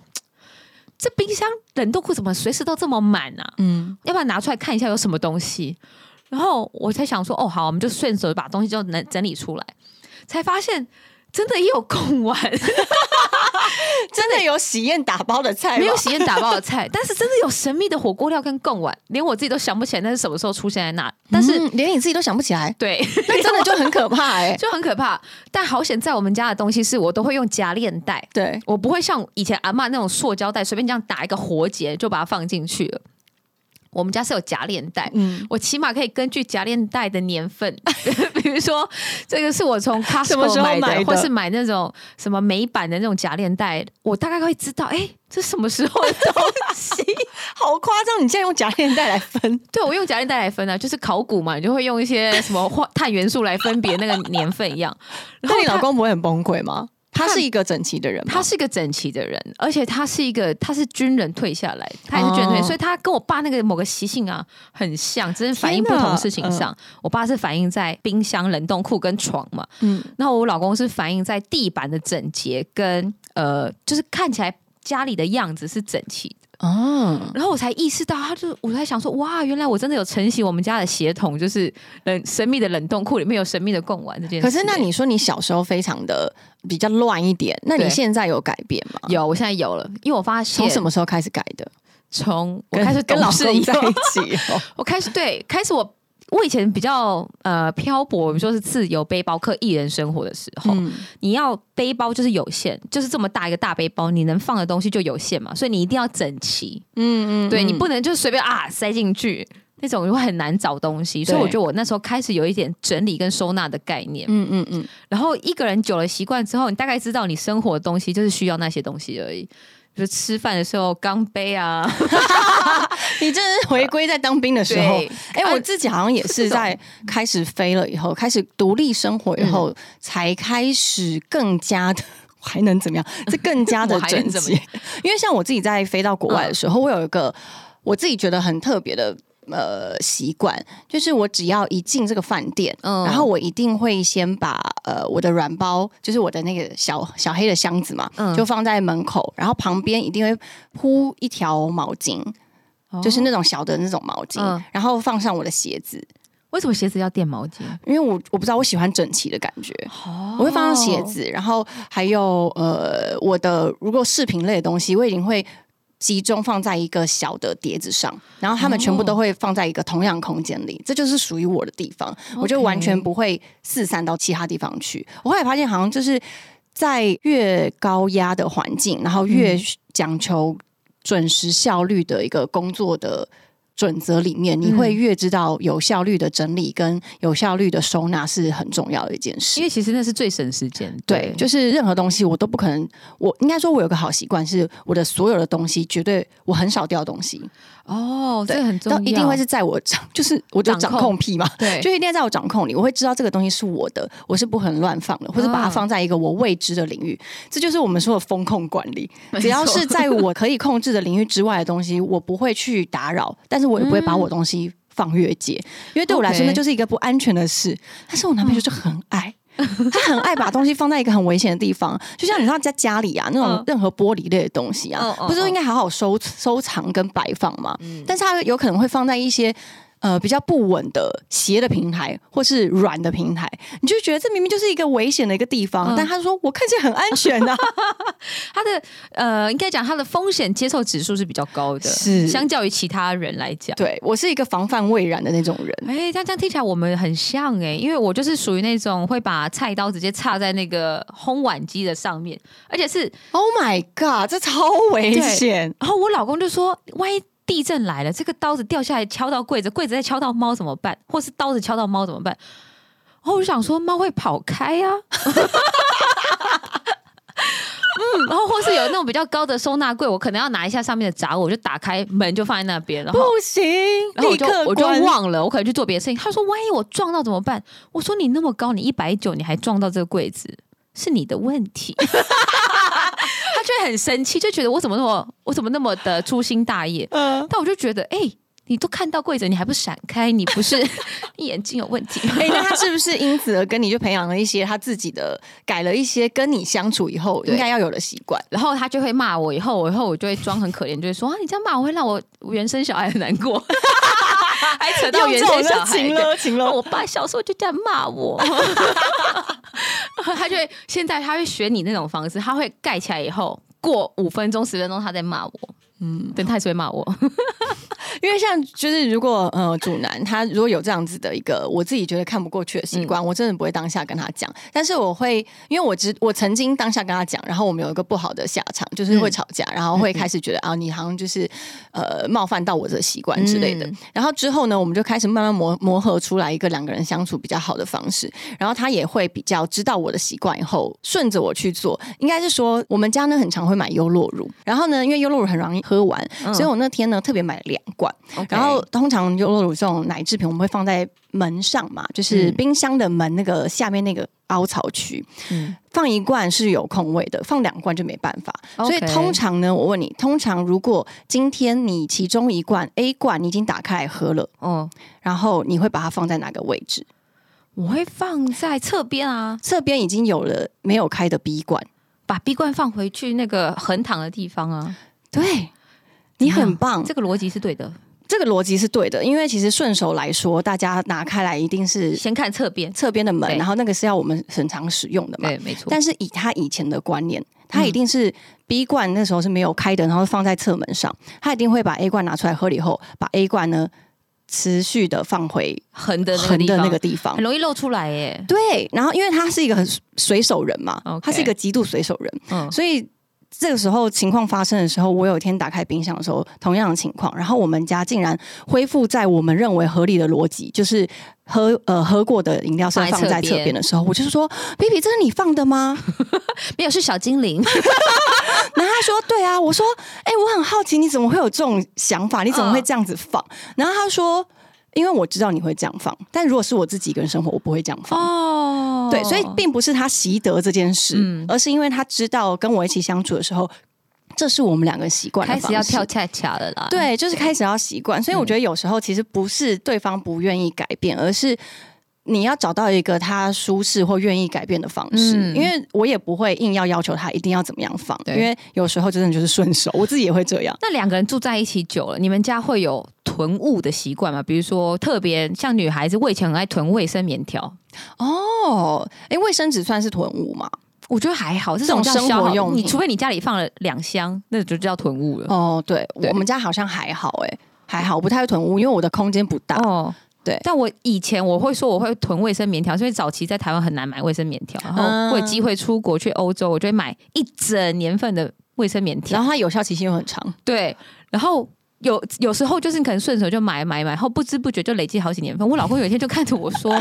S3: 这冰箱冷冻库怎么随时都这么满啊？
S2: 嗯，
S3: 要不要拿出来看一下有什么东西？然后我才想说，哦，好，我们就顺手把东西就能整理出来，才发现真的也有贡 丸，
S2: 真的有喜宴打包的菜吗
S3: 没有喜宴打包的菜， 但是真的有神秘的火锅料跟贡丸，连我自己都想不起来那是什么时候出现在那，但是、
S2: 嗯连你自己都想不起 来，
S3: 对，
S2: 那真的就很可怕哎、
S3: 就很可怕。但好险，在我们家的东西是我都会用夹链袋，
S2: 对，
S3: 我不会像以前阿嬷那种塑胶袋随便这样打一个活结就把它放进去了。我们家是有夹链袋，
S2: 嗯，
S3: 我起码可以根据夹链袋的年份， 比如说这个是我从
S2: 什么
S3: Costco
S2: 时候
S3: 买的，
S2: 买的
S3: 或是买那种什么美版的那种夹链袋，我大概会知道，哎、这什么时候的 东西？
S2: 好夸张！你竟然用假链带来分，
S3: 对我用夹链袋来分啊，就是考古嘛，你就会用一些什么化碳元素来分别那个年份一样。然后
S2: 那你
S3: 它
S2: 老公不会很崩溃吗？他
S3: 他
S2: 是一个整齐的人吗？
S3: 他是一个整齐的人，而且他是一个他是军人退下来，他也是军人退，
S2: 哦
S3: 所以他跟我爸那个某个习性啊很像，只是反映不
S2: 天哪
S3: 同事情上。我爸是反映在冰箱、冷冻库跟床嘛，
S2: 嗯，
S3: 那我老公是反映在地板的整洁跟呃，就是看起来家里的样子是整齐的。
S2: 哦，
S3: 然后我才意识到，他就我才想说，哇，原来我真的有承袭我们家的血统，就是冷神秘的冷冻库里面有神秘的贡丸这件事。
S2: 可是那你说你小时候非常的比较乱一点，那你
S3: 对
S2: 现在有改变吗？
S3: 有，我现在有了，因为我发现
S2: 从什么时候开始改的？
S3: 从我
S2: 跟
S3: 开始
S2: 跟老
S3: 懂事
S2: 公
S3: 以
S2: 在
S3: 后，
S2: 一起哦，
S3: 我开始对开始我我以前比较呃漂泊，我们说是自由背包客一人生活的时 候，
S2: 嗯
S3: 你要背包就是有限，就是这么大一个大背包，你能放的东西就有限嘛，所以你一定要整齐，
S2: 嗯嗯
S3: 对你不能就随便啊塞进去。那种就会很难找东西，所以我觉得我那时候开始有一点整理跟收纳的概念。
S2: 嗯嗯嗯，
S3: 然后一个人久了习惯之后，你大概知道你生活的东西就是需要那些东西而已，比如吃饭的时候钢 杯啊，
S2: 你这是回归在当兵的时候。
S3: 对，
S2: 哎、
S3: 啊
S2: 我自己好像也
S3: 这
S2: 是
S3: 种
S2: 在开始飞了以后，开始独立生活
S3: 嗯
S2: 以后，才开始更加的。还能怎么样？这更加的
S3: 我还能
S2: 整
S3: 怎么
S2: 齐
S3: 样。 嗯
S2: 因为像我自己在飞到国外的时候，我有一个我自己觉得很特别的呃习惯，就是我只要一进这个饭店，
S3: 嗯
S2: 然后我一定会先把呃我的软包，就是我的那个小小黑的箱子嘛，
S3: 嗯
S2: 就放在门口，然后旁边一定会铺一条毛巾，就是那种小的那种毛巾，
S3: 哦嗯
S2: 然后放上我的鞋子，
S3: 为什么鞋子要垫毛巾？
S2: 因为我我不知道我喜欢整齐的感觉，
S3: 哦
S2: 我会放上鞋，子，然后还有呃我的如果饰品类的东西，我一定会。集中放在一个小的碟子上，然后他们全部都会放在一个同样空间里，这就是属于我的地方。我就完全不会四散到其他地方去。我后来发现，好像就是在越高压的环境，然后越讲求准时效率的一个工作的准则里面，你会越知道有效率的整理跟有效率的收纳是很重要的一件
S3: 因
S2: 事。
S3: 为其实那是最省时间。
S2: 对，就是任何东西我都不可能，我应该说，我有个好习惯是，我的所有的东西绝对我很少掉东西，
S3: 哦，
S2: 对
S3: 这很重要，
S2: 但一定会是在我掌， 就是我就掌
S3: 掌控
S2: 控癖嘛，
S3: 对，
S2: 就一定要在我掌控里，我会知道这个东西是我的，我是不可能乱放的，或者把它
S3: 啊
S2: 放在一个我未知的领域。这就是我们说的风控管理。
S3: 没
S2: 只要
S3: 错
S2: 是在我可以控制的领域之外的东西，我不会去打扰，但是我也不会把我东西放越界，因为对我来说
S3: 嗯 OK 嗯
S2: 那就是一个不安全的事。但是我男朋友就很爱。他很爱把东西放在一个很危险的地 方，就像你知道在家里啊，那种
S3: 嗯
S2: 任何玻璃类的东西
S3: 嗯
S2: 啊，
S3: 嗯
S2: 不是都应该好好收收藏跟摆放吗？但是它有可能会放在一些呃比较不稳的斜的平台或是软的平台，你就觉得这明明就是一个危险的一个地方，
S3: 嗯
S2: 但他说我看起来很安全啊 呐、
S3: 它的呃，应该讲它的风险接受指数是比较高的，
S2: 是
S3: 相较于其他人来讲。
S2: 对我是一个防范未然的那种人。
S3: 哎，这样这样听起来我们很像哎、因为我就是属于那种会把菜刀直接插在那个烘碗机的上面，而且是，
S2: Oh my god，这超危险！
S3: 然后我老公就说，万一地震来了，这个刀子掉下来敲到柜子，柜子再敲到猫怎么办？或是刀子敲到猫怎么办？然后我就想说，猫会跑开啊。 嗯，然后或是有那种比较高的收纳柜，我可能要拿一下上面的杂物，我就打开门就放在那边，然后
S2: 不行，
S3: 然后我
S2: 立
S3: 就
S2: 刻
S3: 我就
S2: 关。
S3: 忘了，我可能去做别的事情。他说：“万一我撞到怎么办？”我说：“你那么高，你一百九，你还撞到这个柜子，是你的问题。” 他就会很生气，就觉得我怎么那么我怎么那么的粗心大意。
S2: 嗯、
S3: 但我就觉得，哎、你都看到柜子，你还不闪开？你 不是你眼睛有问题吗？
S2: 哎、那他是不是因此而跟你就培养了一些他自己的，改了一些跟你相处以后
S3: 对
S2: 应该要有的习惯？
S3: 然后他就会骂我，以后我以后我就会装很可怜，就会说啊，你这样骂我会让我原生小孩很难过， 还扯到原生小孩。哦
S2: 情
S3: 对
S2: 了情了，
S3: 我爸小时候就这样骂我， 他就会现在他会学你那种方式，他会盖起来以后过五分钟十分钟他在骂我，嗯，等他还是会骂我，
S2: 因为像就是如果呃主男他如果有这样子的一个我自己觉得看不过去的习
S3: 嗯
S2: 惯，我真的不会当下跟他讲，但是我会因为我知我曾经当下跟他讲，然后我们有一个不好的下场，就是
S3: 嗯
S2: 会吵架，然后会开始觉得啊你好像就是呃冒犯到我的习惯之类的，
S3: 嗯
S2: 然后之后呢，我们就开始慢慢磨磨合出来一个两个人相处比较好的方式。然后他也会比较知道我的习惯，以后顺着我去做。应该是说，我们家呢很常会买优酪乳，然后呢，因为优酪乳很容易喝完，
S3: 嗯
S2: 所以我那天呢特别买了两罐。 然后通常优酪乳这种奶制品，我们会放在门上嘛，就是
S3: 嗯
S2: 冰箱的门那个下面那个凹槽区。
S3: 嗯
S2: 放一罐是有空位的，放两罐就没办法。所以
S3: OK
S2: 通常呢，我问你，通常如果今天你其中一罐 A 罐你已经打开来喝了，
S3: 哦，
S2: 然后你会把它放在哪个位置？
S3: 我会放在侧边啊，
S2: 侧边已经有了没有开的 B 罐，
S3: 把 B 罐放回去那个横躺的地方啊，
S2: 对。你很棒，
S3: 这个逻辑是对的。
S2: 这个逻辑是对的，因为其实顺手来说，大家拿开来一定是
S3: 先看侧边，
S2: 侧边的门，
S3: 对
S2: 然后那个是要我们很常使用的嘛。
S3: 对，没错。
S2: 但是以他以前的观念，他一定是 B 罐那时候是没有开的，然后放在侧门上，他一定会把 A 罐拿出来喝了以后，把 A 罐呢持续的放回
S3: 横的那个
S2: 横
S3: 地
S2: 的
S3: 方，
S2: 那个地方
S3: 很。容易露出来耶。
S2: 对，然后因为他是一个很随手人嘛
S3: OK
S2: 他是一个极度随手人，
S3: 嗯，
S2: 所以这个时候情况发生的时候，我有一天打开冰箱的时候，同样的情况，然后我们家竟然恢复在我们认为合理的逻辑，就是喝呃喝过的饮料是要
S3: 放
S2: 放
S3: 在
S2: 在
S3: 侧
S2: 侧
S3: 边
S2: 边的时候，我就是说，baby，这是你放的吗？
S3: 没有是小精 灵，
S2: 然后他说：“对啊。”我说：“哎、我很好奇，你怎么会有这种想法？你怎
S3: 嗯
S2: 么会这样子放？”然后他说：“因为我知道你会这样放，但如果是我自己一个人生活，我不会这样放。
S3: 哦
S2: 对，所以并不是他习得这件事，
S3: 嗯
S2: 而是因为他知道跟我一起相处的时候，这是我们两个人习惯的
S3: 开
S2: 方式
S3: 始要跳。恰恰了啦。，
S2: 对，就是开始要习惯，所以我觉得有时候其实不是对方不愿意改变，而是你要找到一个他舒适或愿意改变的方式。
S3: 嗯
S2: 因为我也不会硬要要求他一定要怎么样放，
S3: 对
S2: 因为有时候真的就是顺手， 我自己也会这样。
S3: 那两个人住在一起久了，你们家会有囤物的习惯吗？比如说，特别像女孩子，我以前很爱囤卫生棉条，
S2: 哦，哎，卫生纸算是囤物吗？
S3: 我觉得还好，这
S2: 这种
S3: 叫
S2: 生活
S3: 消耗
S2: 用
S3: 你
S2: 品
S3: 除非你家里放了两箱，那就叫囤物了。
S2: 哦，对，
S3: 对
S2: 我们家好像还好、哎，还好，我不太会囤物，因为我的空间不大。
S3: 哦，
S2: 对
S3: 但我以前我会说我会囤卫生棉条，所以早期在台湾很难买卫生棉条，
S2: 啊
S3: 然后我有机会出国去欧洲，我就会买一整年份的卫生棉条。
S2: 然后它有效期限又很长，
S3: 对，然后有有时候就是你可能顺手就买买买，然后不知不觉就累积好几年份。我老公有一天就看着我说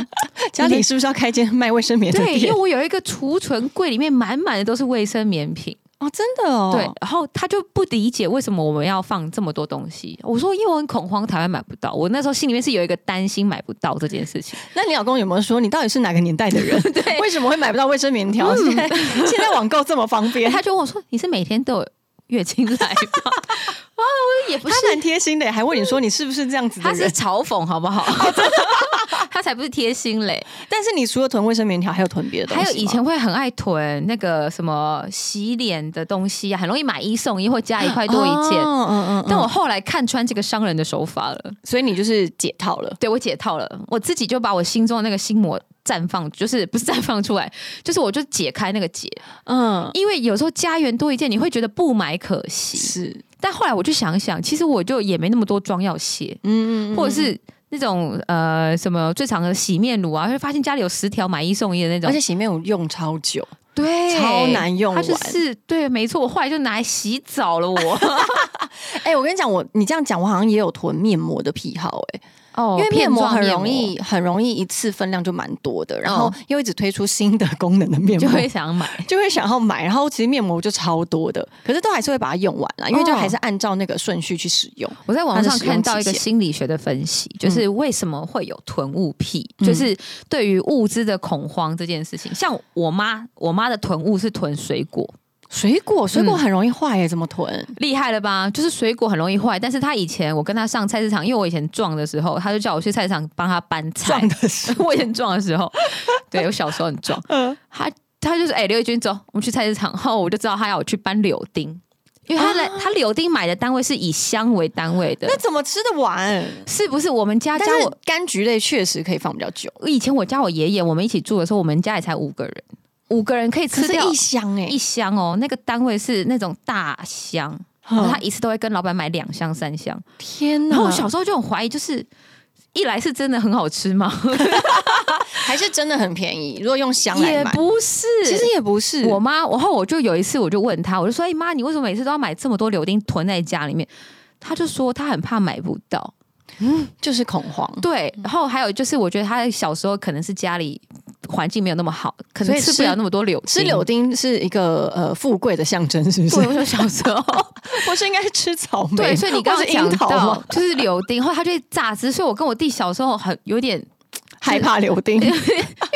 S2: 家里是不是要开间卖卫生：“棉的
S3: 对，因为
S2: 店？
S3: 我有一个储存柜，里面满满的都是卫生棉品。
S2: 哦，真的哦，
S3: 对，然后他就不理解为什么我们要放这么多东西。我说，因为我很恐慌，台湾买不到。我那时候心里面是有一个担心买不到这件事 情。
S2: 那你老公有没有说你到底是哪个年代的人？
S3: 对嗯
S2: 为什么会买不到卫生棉条？现在现在网购这么方便，
S3: 他就问我说：“你是每天都有月经来吗？”啊， 我也不
S2: 他
S3: 是，嗯
S2: 蛮贴心的，还问你说你是不是这样子的
S3: 他是
S2: 人？
S3: 嘲讽好 不好？哦他才不是贴心嘞。
S2: 但是你除了囤卫生棉条，还有囤别的东
S3: 还
S2: 西
S3: 有以
S2: 吗
S3: 前会很爱囤那个什么洗脸的东西啊，很容易买一送一或加一块多一件。
S2: 哦嗯嗯嗯，
S3: 但我后来看穿这个商人的手法了，
S2: 所以你就是解套了。
S3: 对我解套了，我自己就把我心中的那个心魔绽放，就是不是绽放出来，就是我就解开那个结，
S2: 嗯，
S3: 因为有时候家园多一件，你会觉得不买可惜，
S2: 是，
S3: 但后来我就想一想，其实我就也没那么多妆要卸，
S2: 嗯
S3: 或者是那种呃什么最常的洗面乳啊，会发现家里有十条买一送一的那种
S2: 而，且洗面乳用超久，
S3: 对，
S2: 超难用
S3: 它
S2: 完。
S3: 就是对，没错，我后来就拿来洗澡了我。
S2: 哎、我跟你讲，我你这样讲，我好像也有囤面膜的癖好、哎。
S3: 哦
S2: 因为面膜
S3: 状
S2: 很容易很容易一次分量就蛮多的，然后
S3: 嗯
S2: 又一直推出新的功能的面
S3: 面
S2: 膜
S3: 膜就。会想买，
S2: 就会想要买，然后其实面膜就超多的，可是都还是会把它用完啦，因为就
S3: 哦
S2: 还是按照那个顺序去使用。
S3: 我在网
S2: 它
S3: 上
S2: 是使用
S3: 看到一个
S2: 期限
S3: 心理学的分析，就是为什么会有囤物癖，
S2: 嗯
S3: 就是对于物资的恐慌这件事情。像我妈，我妈的囤物是囤水果，
S2: 水果水果很容易坏耶，怎么囤？
S3: 厉害了吧？就是水果很容易坏，但是她以前我跟她上菜市场，因为我以前壮的时候，她就叫我去菜市场帮她搬菜。
S2: 撞的是
S3: 我以前壮的时候，对我小时候很壮，
S2: 嗯
S3: 她她就是哎、刘一君走，我们去菜市场，然后我就知道她要我去搬柳丁。因为她来，她柳丁买的单位是以箱为单位的
S2: 啊那，怎么吃得完？
S3: 是不是？我们家
S2: 但
S3: 家
S2: 是
S3: 我
S2: 柑橘类确实可以放比较久，
S3: 以前我家我爷爷，我们一起住的时候，我们家也才五个人，五个人可以
S2: 可
S3: 吃
S2: 是
S3: 掉
S2: 一箱哎、
S3: 一箱哦。那个单位是那种大箱，然后他一次都会跟老板买两箱、三箱。
S2: 哦天
S3: 然
S2: 哪！
S3: 后我小时候就很怀疑，就是一来是真的很好吃吗？
S2: 还是真的很便宜，如果用箱来
S3: 也
S2: 买，
S3: 不是，
S2: 其实也不是。
S3: 我妈，然后我就有一次我就问她，我就说：“哎、妈，你为什么每次都要买这么多柳丁囤在家里面？”她就说她很怕买不到。
S2: 就是恐慌，
S3: 对，然后还有就是，我觉得他小时候可能是家里环境没有那么好，可能
S2: 所以
S3: 吃不
S2: 吃
S3: 了那么多柳
S2: 吃柳
S3: 丁。
S2: 丁是一个呃富贵的象征，是不
S3: 对，
S2: 是？
S3: 我说小 时候，
S2: 或是应该吃草莓？
S3: 哦对，所以你刚
S2: 或
S3: 刚
S2: 是樱
S3: 讲
S2: 桃啊
S3: 到
S2: 吗
S3: 就是柳丁，后来他就会榨汁，所以我跟我弟小时候很 有点，因
S2: 害怕柳 丁。
S3: 为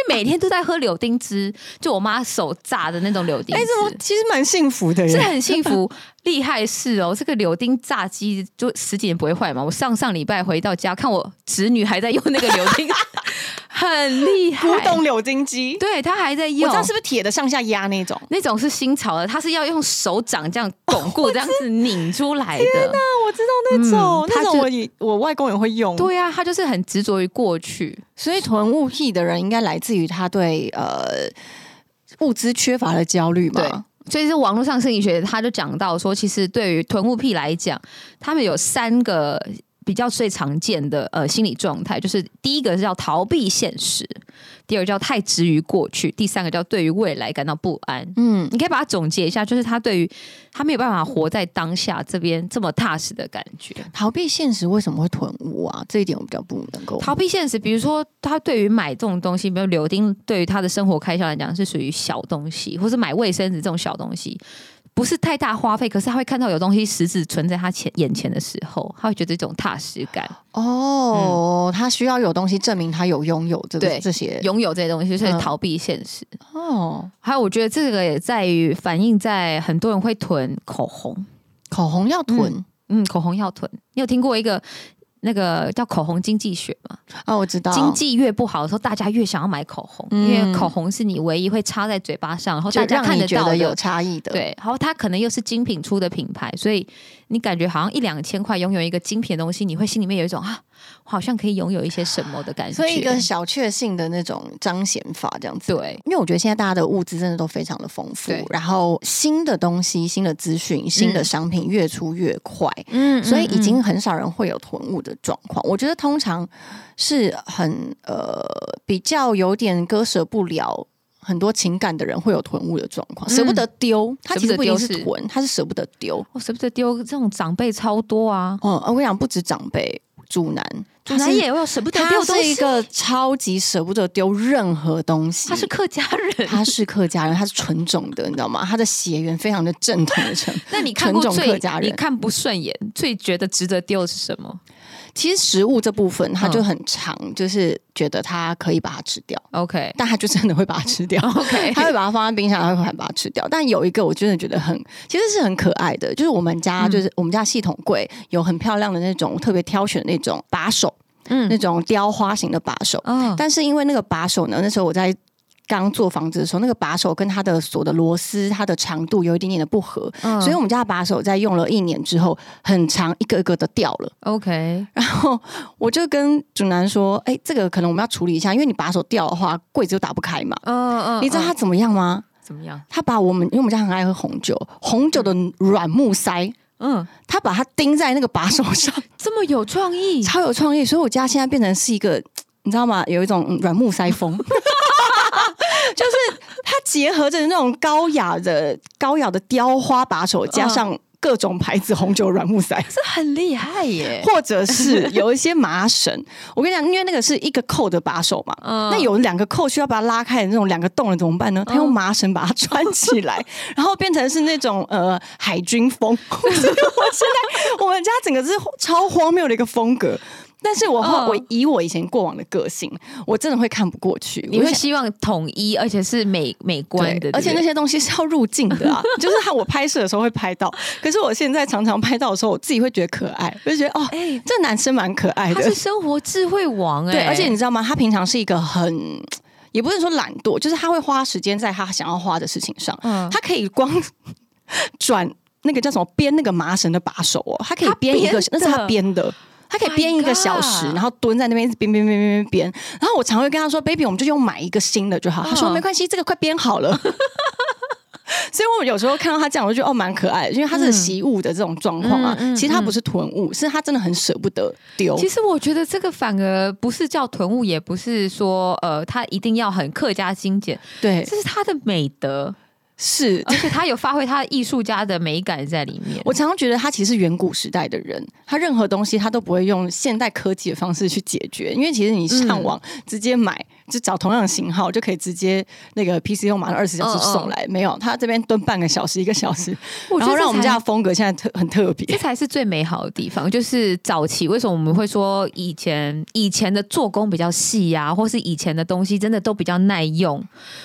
S3: 每天都在喝柳丁汁，就我妈手榨的那种柳丁
S2: 哎、
S3: 汁，
S2: 怎么其实蛮幸福的
S3: 是
S2: 耶？
S3: 很幸福，厉害是哦，这个柳丁炸鸡就十几年不会坏嘛。我上上礼拜回到家，看我侄女还在用那个柳丁， 很厉害，
S2: 古董柳金机，
S3: 对他还在
S2: 我
S3: 用
S2: 知道。是不是铁的上下压那种？
S3: 那种是新潮的，它是要用手掌这样巩 固，这样子拧出来的。
S2: 那我知道那种
S3: 嗯，
S2: 那
S3: 它
S2: 种
S3: 就
S2: 我也我外公也会用。
S3: 对啊，他就是很执着于过去。
S2: 所以囤物癖的人应该来自于他对呃物资缺乏的焦虑嘛？
S3: 所以是网络上心理学，他就讲到说，其实对于囤物癖来讲，他们有三个比较最常见的呃心理状态，就是第一个是叫逃避现实，第二个叫太执于过去，第三个叫对于未来感到不安。
S2: 嗯，
S3: 你可以把它总结一下，就是他对于他没有办法活在当下这边这么踏实的感觉。
S2: 逃避现实为什么会囤物啊？这一点我比较不能够。
S3: 逃避现实，比如说他对于买这种东西，比如柳丁，对于他的生活开销来讲是属于小东西，或是买卫生纸这种小东西，不是太大花费，可是他会看到有东西实质存在他前眼前的时候，他会觉得一种踏实感，
S2: 哦，他需要有东西证明他有拥有这个
S3: 对
S2: 这些
S3: 拥有这些东西，所以
S2: 嗯
S3: 逃避现实。
S2: 哦。
S3: 还有，我觉得这个也在于反映在很多人会囤口红，
S2: 口红要囤、
S3: 嗯，口红要囤。你有听过一个那个叫口红经济学吗？
S2: 哦，我知道。
S3: 经济越不好的时候，大家越想要买口红，
S2: 嗯
S3: 因为口红是你唯一会插在嘴巴上，然后
S2: 就
S3: 大家
S2: 让
S3: 看
S2: 你
S3: 得
S2: 觉
S3: 到的。
S2: 得有差异的，，
S3: 对，然后它可能又是精品出的品牌，所以你感觉好像一两千块拥有一个精品的东西，你会心里面有一种啊，我好像可以拥有一些什么的感觉。
S2: 所以一个小确幸的那种彰显法这样子。
S3: 对，
S2: 因为我觉得现在大家的物资真的都非常的丰富
S3: 对，
S2: 然后新的东西、新的资讯、新的商品越出越快，
S3: 嗯
S2: 所以已经很少人会有囤物的状况。我觉得通常是很呃比较有点割舍不了。很多情感的人会有囤物的状况，舍不得丢，他其实不一定
S3: 嗯舍不
S2: 是
S3: 得丢是
S2: 囤，他是舍不得丢。
S3: 我舍不得丢，这种长辈超多啊，
S2: 嗯，我跟你讲，不止长辈，主男，
S3: 祖南
S2: 他是
S3: 也有舍不得
S2: 他
S3: 丢东
S2: 是一
S3: 西，
S2: 个超级舍不得丢任何东西，
S3: 他是客家 人。
S2: 他是客家人，他是纯种的，你知道吗？他的血缘非常的正统的成。
S3: 那你看过
S2: 纯种
S3: 最
S2: 客家人
S3: 你看不顺眼、最觉得值得丢的是什么
S2: 其实食物这部分，他就很长，就是觉得他可以把它吃掉，
S3: ？OK
S2: 但他就真的会把它吃掉。
S3: OK，
S2: 他会把它放在冰箱，他会把它吃掉。但有一个我真的觉得很，其实是很可爱的，就是我们家就是我们家系统柜有很漂亮的那种特别挑选的那种把手，
S3: 嗯
S2: 那种雕花型的把手。
S3: 哦
S2: 但是因为那个把手呢，那时候我在刚做房子的时候，那个把手跟它的锁的螺丝、它的长度有一点点的不合，
S3: 嗯
S2: 所以我们家的把手在用了一年之后，很长一个一个的掉了。
S3: OK，
S2: 然后我就跟主男说：“哎、这个可能我们要处理一下，因为你把手掉的话，柜子就打不开嘛。
S3: 嗯嗯
S2: 你知道他怎么样吗？
S3: 怎么样？
S2: 他把我们，因为我们家很爱喝红酒，红酒的软木塞，
S3: 嗯，
S2: 他把它钉在那个把手上，
S3: 这么有创意，
S2: 超有创意。所以我家现在变成是一个，你知道吗？有一种嗯软木塞风， 就是它结合着那种高雅的高雅的雕花把手，加上各种牌子红酒软木塞。
S3: 这很厉害耶！
S2: 或者是有一些麻绳， 我跟你讲，因为那个是一个扣的把手嘛，
S3: 嗯
S2: 那有两个扣需要把它拉开的那种两个洞了怎么办呢？他用麻绳把它穿起来， 然后变成是那种呃海军风。 我现在我们家整个是超荒谬的一个风格。但是我后
S3: 嗯
S2: 我以我以前过往的个性，我真的会看不过去。
S3: 你
S2: 我
S3: 会
S2: 想
S3: 希望统一，而且是美美观的
S2: 对，，而且那
S3: 些
S2: 些东西是要入境的 啊，就是他我拍摄的时候会拍到，可是我现在常常拍到的时候，我自己会觉得可爱，我就觉得哦，
S3: 哎
S2: 这男生蛮可爱
S3: 他
S2: 的。
S3: 是生活智慧王哎、
S2: 对，而且你知道吗？他平常是一个很。也不是说懒惰，就是他会花时间在他想要花的事情上。
S3: 嗯
S2: 他可以光转那个叫什么编那个麻绳的把手哦，他可以
S3: 他
S2: 编一个，
S3: 编
S2: 那是他
S3: 的 Oh
S2: 编的。他可以
S3: My
S2: 编一个小时
S3: God
S2: 然后蹲在那边一直编编编编编编。然后我常会跟他说：“baby，我们就用买一个新的就好。他说：“
S3: 嗯
S2: 没关系，这个快编好了。” 所以我有时候看到他这样，我就觉得哦，蛮可爱的，因为他是
S3: 嗯
S2: 习物的这种状况啊。
S3: 嗯嗯
S2: 其实他
S3: 嗯
S2: 不是囤物，是他真的很舍不得丢。
S3: 其实我觉得这个反而不是叫囤物，也不是说呃，他一定要很客家精简，
S2: 对，
S3: 这是他的美德，
S2: 是
S3: 而且他有发挥他艺术家的美感在里面。
S2: 我常常觉得他其实是远古时代的人，他任何东西他都不会用现代科技的方式去解决，因为其实你
S3: 嗯
S2: 上网直接买，就找同样的型号就可以直接那个 PC 用马上二十小时送来，没有他这边蹲半个小时一个小时，
S3: 哦我
S2: 然
S3: 觉
S2: 后
S3: 得
S2: 让
S3: 这
S2: 我们
S3: 才
S2: 家的风格现在特很特
S3: 这
S2: 别，
S3: 才是最美好的地方，就是早期为什么我们会说以前以前的做工比较细呀、或是以前的东西真的都比较耐用？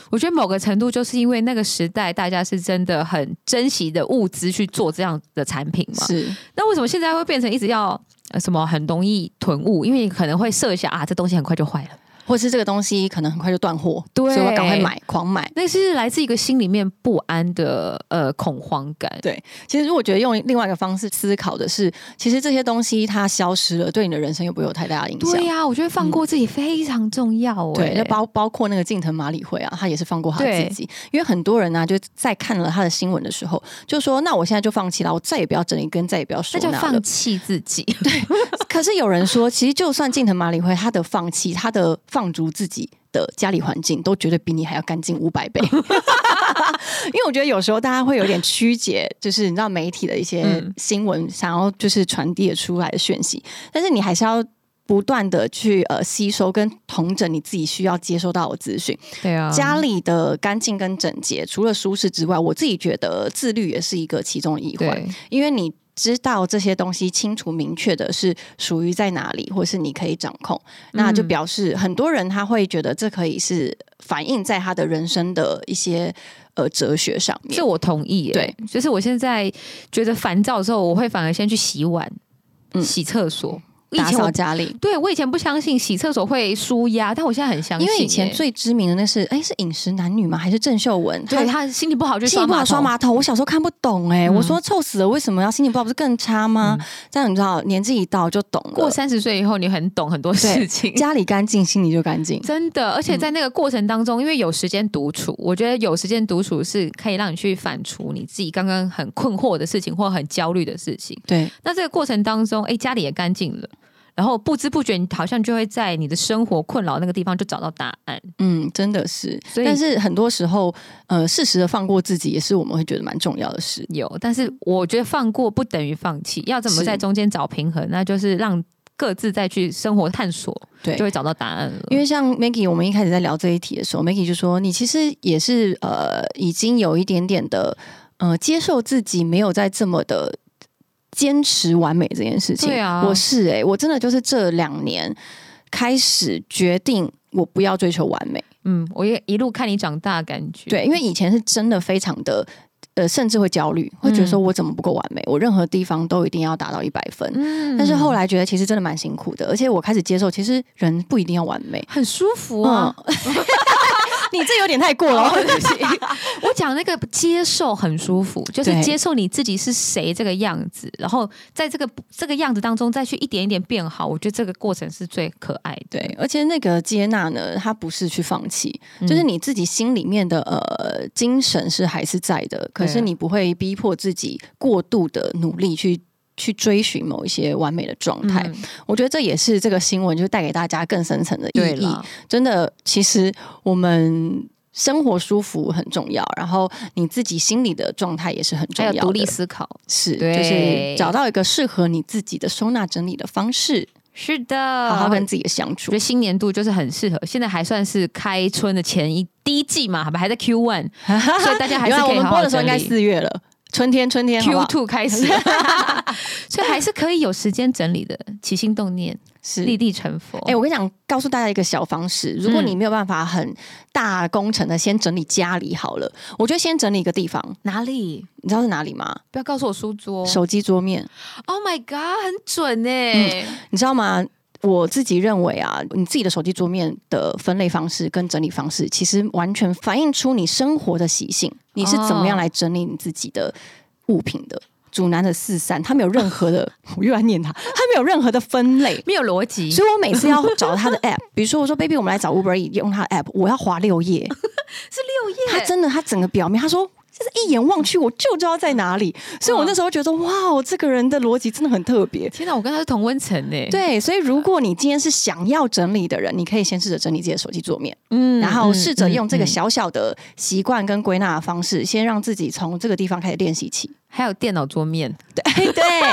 S3: 我觉得某个程度就是因为那个时代大家是真的很珍惜的物资去做这样的产品嘛。
S2: 是
S3: 那为什么现在会变成一直要呃什么很容易囤物？因为你可能会设想啊，这东西很快就坏了，
S2: 或是这个东西可能很快就断货，
S3: 对
S2: 所以我赶快买，狂买。
S3: 那是来自一个心里面不安的呃恐慌感。
S2: 其实我觉得用另外一个方式思考的是，其实这些东西它消失了，对你的人生又不会有太大的影响。
S3: 对呀、我觉得放过自己非常重要、欸。
S2: 对，那包包括那个近藤麻里惠啊，她也是放过她
S3: 对
S2: 自己，因为很多人呢、就在看了她的新闻的时候，就说：“那我现在就放弃了，我再也不要整理跟再也不要收
S3: 那就
S2: 纳了
S3: 放。弃自己。
S2: 可是有人说，其实就算近藤麻里惠她的放弃，她的放逐自己的家里环境，都绝对比你还要干净五百 倍。因为我觉得有时候大家会有点曲解，就是你知道媒体的一些
S3: 嗯
S2: 新闻想要就是传递出来的讯息，但是你还是要。不断的去呃吸收跟统整你自己需要接收到的资讯，
S3: 对啊
S2: 家里的干净跟整洁，除了舒适之外，我自己觉得自律也是一个其中的一环。
S3: 对
S2: 因为你知道这些东西清楚明确的是属于在哪里，或是你可以掌控，
S3: 嗯
S2: 那就表示很多人他会觉得这可以是反映在他的人生的一些呃哲学上面
S3: 这。我同意、欸。
S2: 对，
S3: 就是我现在觉得烦躁的时候，我会反而先去洗碗、
S2: 嗯
S3: 洗厕所。以
S2: 打
S3: 前
S2: 扫
S3: 我
S2: 家里，
S3: 对我以前不相信洗厕所会舒压，但我现在很相
S2: 因
S3: 信欸、
S2: 为以前最知名的那是哎是饮食男女吗？还是郑秀文？
S3: 对
S2: 她
S3: 他心情不好就
S2: 心情不好刷
S3: 马桶，
S2: 马桶，我小时候看不懂哎、
S3: 嗯
S2: 我说臭死了，为什么要心情不好不是更差吗？但你知道年纪一到就懂
S3: 过
S2: 了，
S3: 三十岁以后，你很懂很多
S2: 呃对嗯
S3: 事情。
S2: 家里干净心里就干净。
S3: 真的，而且在那个过程当中，因为有时间独处，我觉得有时间独处是可以让你去反刍你自己刚刚很困惑的事情或很焦虑的事情。
S2: 对，
S3: 那这个过程当中，哎，家里也干净了，然后不知不觉，你好像就会在你的生活困扰那个地方就找到答案。
S2: 嗯，真的是。
S3: 所以
S2: 但是很多时候，呃，适时的放过自己，也是我们会觉得蛮重要的事。
S3: 有，但是我觉得放过不等于放弃，要怎么
S2: 是
S3: 在中间找平衡，那就是让各自再去生活探索，
S2: 对
S3: 就会找到答案了。
S2: 因为像 Maggie，我们一开始在聊这一题的时候，Maggie 就说：“你其实也是呃，已经有一点点的呃，接受自己没有在这么的坚持完美这件事情。”
S3: 对啊
S2: 我是诶、我真的就是这两年开始决定。我不要追求完美，
S3: 嗯，我也一路看你长大，感觉
S2: 对，因为以前是真的非常的，呃，甚至会焦虑，会
S3: 嗯
S2: 觉得说我怎么不够完美，我任何地方都一定要达到一百分，
S3: 嗯
S2: 但是后来觉得其实真的蛮辛苦的，而且我开始接受，其实人不一定要完美。
S3: 很舒服啊。
S2: 嗯 你这有点太过了，
S3: 我讲那个接受很舒服，就是
S2: 对
S3: 接受你自己是谁这个样子，然后在这个这个样子当中再去一点一点变好，我觉得这个过程是最可爱 的。
S2: 对，而且那个接纳呢，它不是去放弃，
S3: 嗯
S2: 就是你自己心里面的呃精神是还是在的，可
S3: 对
S2: 是
S3: 啊
S2: 你不会逼迫自己过度的努力去去追寻某一些完美的状态。
S3: 嗯
S2: 我觉得这也是这个新闻就带给大家更深层的
S3: 对
S2: 意义
S3: 了。，
S2: 真的，其实我们。生活舒服很重要，然后你自己心理的状态也是很重
S3: 还
S2: 要
S3: 有
S2: 的。
S3: 独立思考。
S2: 是，就
S3: 对
S2: 是找到一个适合你自己的收纳整理的方式，
S3: 是的，
S2: 好好跟自己的相
S3: 我
S2: 处
S3: 觉。 得新年度就是很适合，现在还算是开春的前一第一季嘛，好吧，还在 Q one，所以大家还
S2: 原
S3: 是
S2: 来
S3: 可
S2: 我
S3: 以
S2: 们
S3: 好
S2: 播
S3: 好
S2: 的时候应该
S3: 整理
S2: 四月了，春天，春天好不
S3: Q
S2: 好
S3: two 开始，所以还是可以有时间整理的，起心动念，
S2: 是。
S3: 立地成佛。
S2: 哎、我跟你讲，告诉大家一个小方式，如果你
S3: 嗯
S2: 没有办法很大工程的先整理家里好了，我觉得先整理一个地方，
S3: 哪里？
S2: 你知道是哪里吗？
S3: 不要告诉我书桌。
S2: 手机桌面，
S3: Oh my god，很准呢、
S2: 你知道吗？我自己认为啊，你自己的手机桌面的分类方式跟整理方式，其实完全反映出你生活的习性，你是怎么样来整理你自己的物品的。主男的四散，他没有任何的，我又来念他，他没有任何的分类。
S3: 没有逻辑，
S2: 所以我每次要找他的 app，比如说我说 baby，我们来找 Uber Eats，用他的 app，我要滑六页，
S3: 是六页
S2: 他真的他整个表面，他说。就是一眼望去，我就知道在哪里，所以我那时候觉得，哇，这个人的逻辑真的很特别。
S3: 天哪，我跟他是同温层呢。，
S2: 对，所以如果你今天是想要整理的人，你可以先试着整理自己的手机桌面，
S3: 嗯
S2: 然后试着用这个
S3: 嗯嗯
S2: 小小的习惯跟归纳的方式，先让自己从这个地方开始练习 起。
S3: 还有电脑桌面
S2: 对，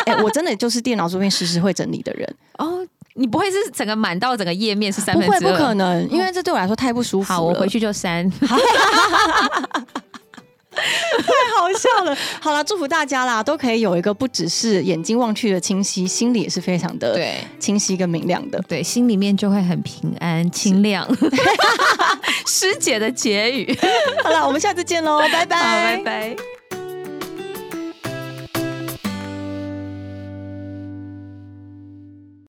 S2: 哎我真的就是电脑桌面时时会整理的 人，
S3: 哦，你不会是整个满到整个页面是三
S2: 不
S3: 分之
S2: 会
S3: 二？
S2: 不可能，因为这对我来说太不舒服了。
S3: 好，我回去就删。
S2: 好笑了。 好了，祝福大家啦，都可以有一个不只是眼睛望去的清晰，心里也是非常的
S3: 对
S2: 清晰跟明亮的。
S3: 对，心里面就会很平安清亮。 师姐的结语，
S2: 好了，我们下次见喽，拜拜，
S3: 好，拜拜。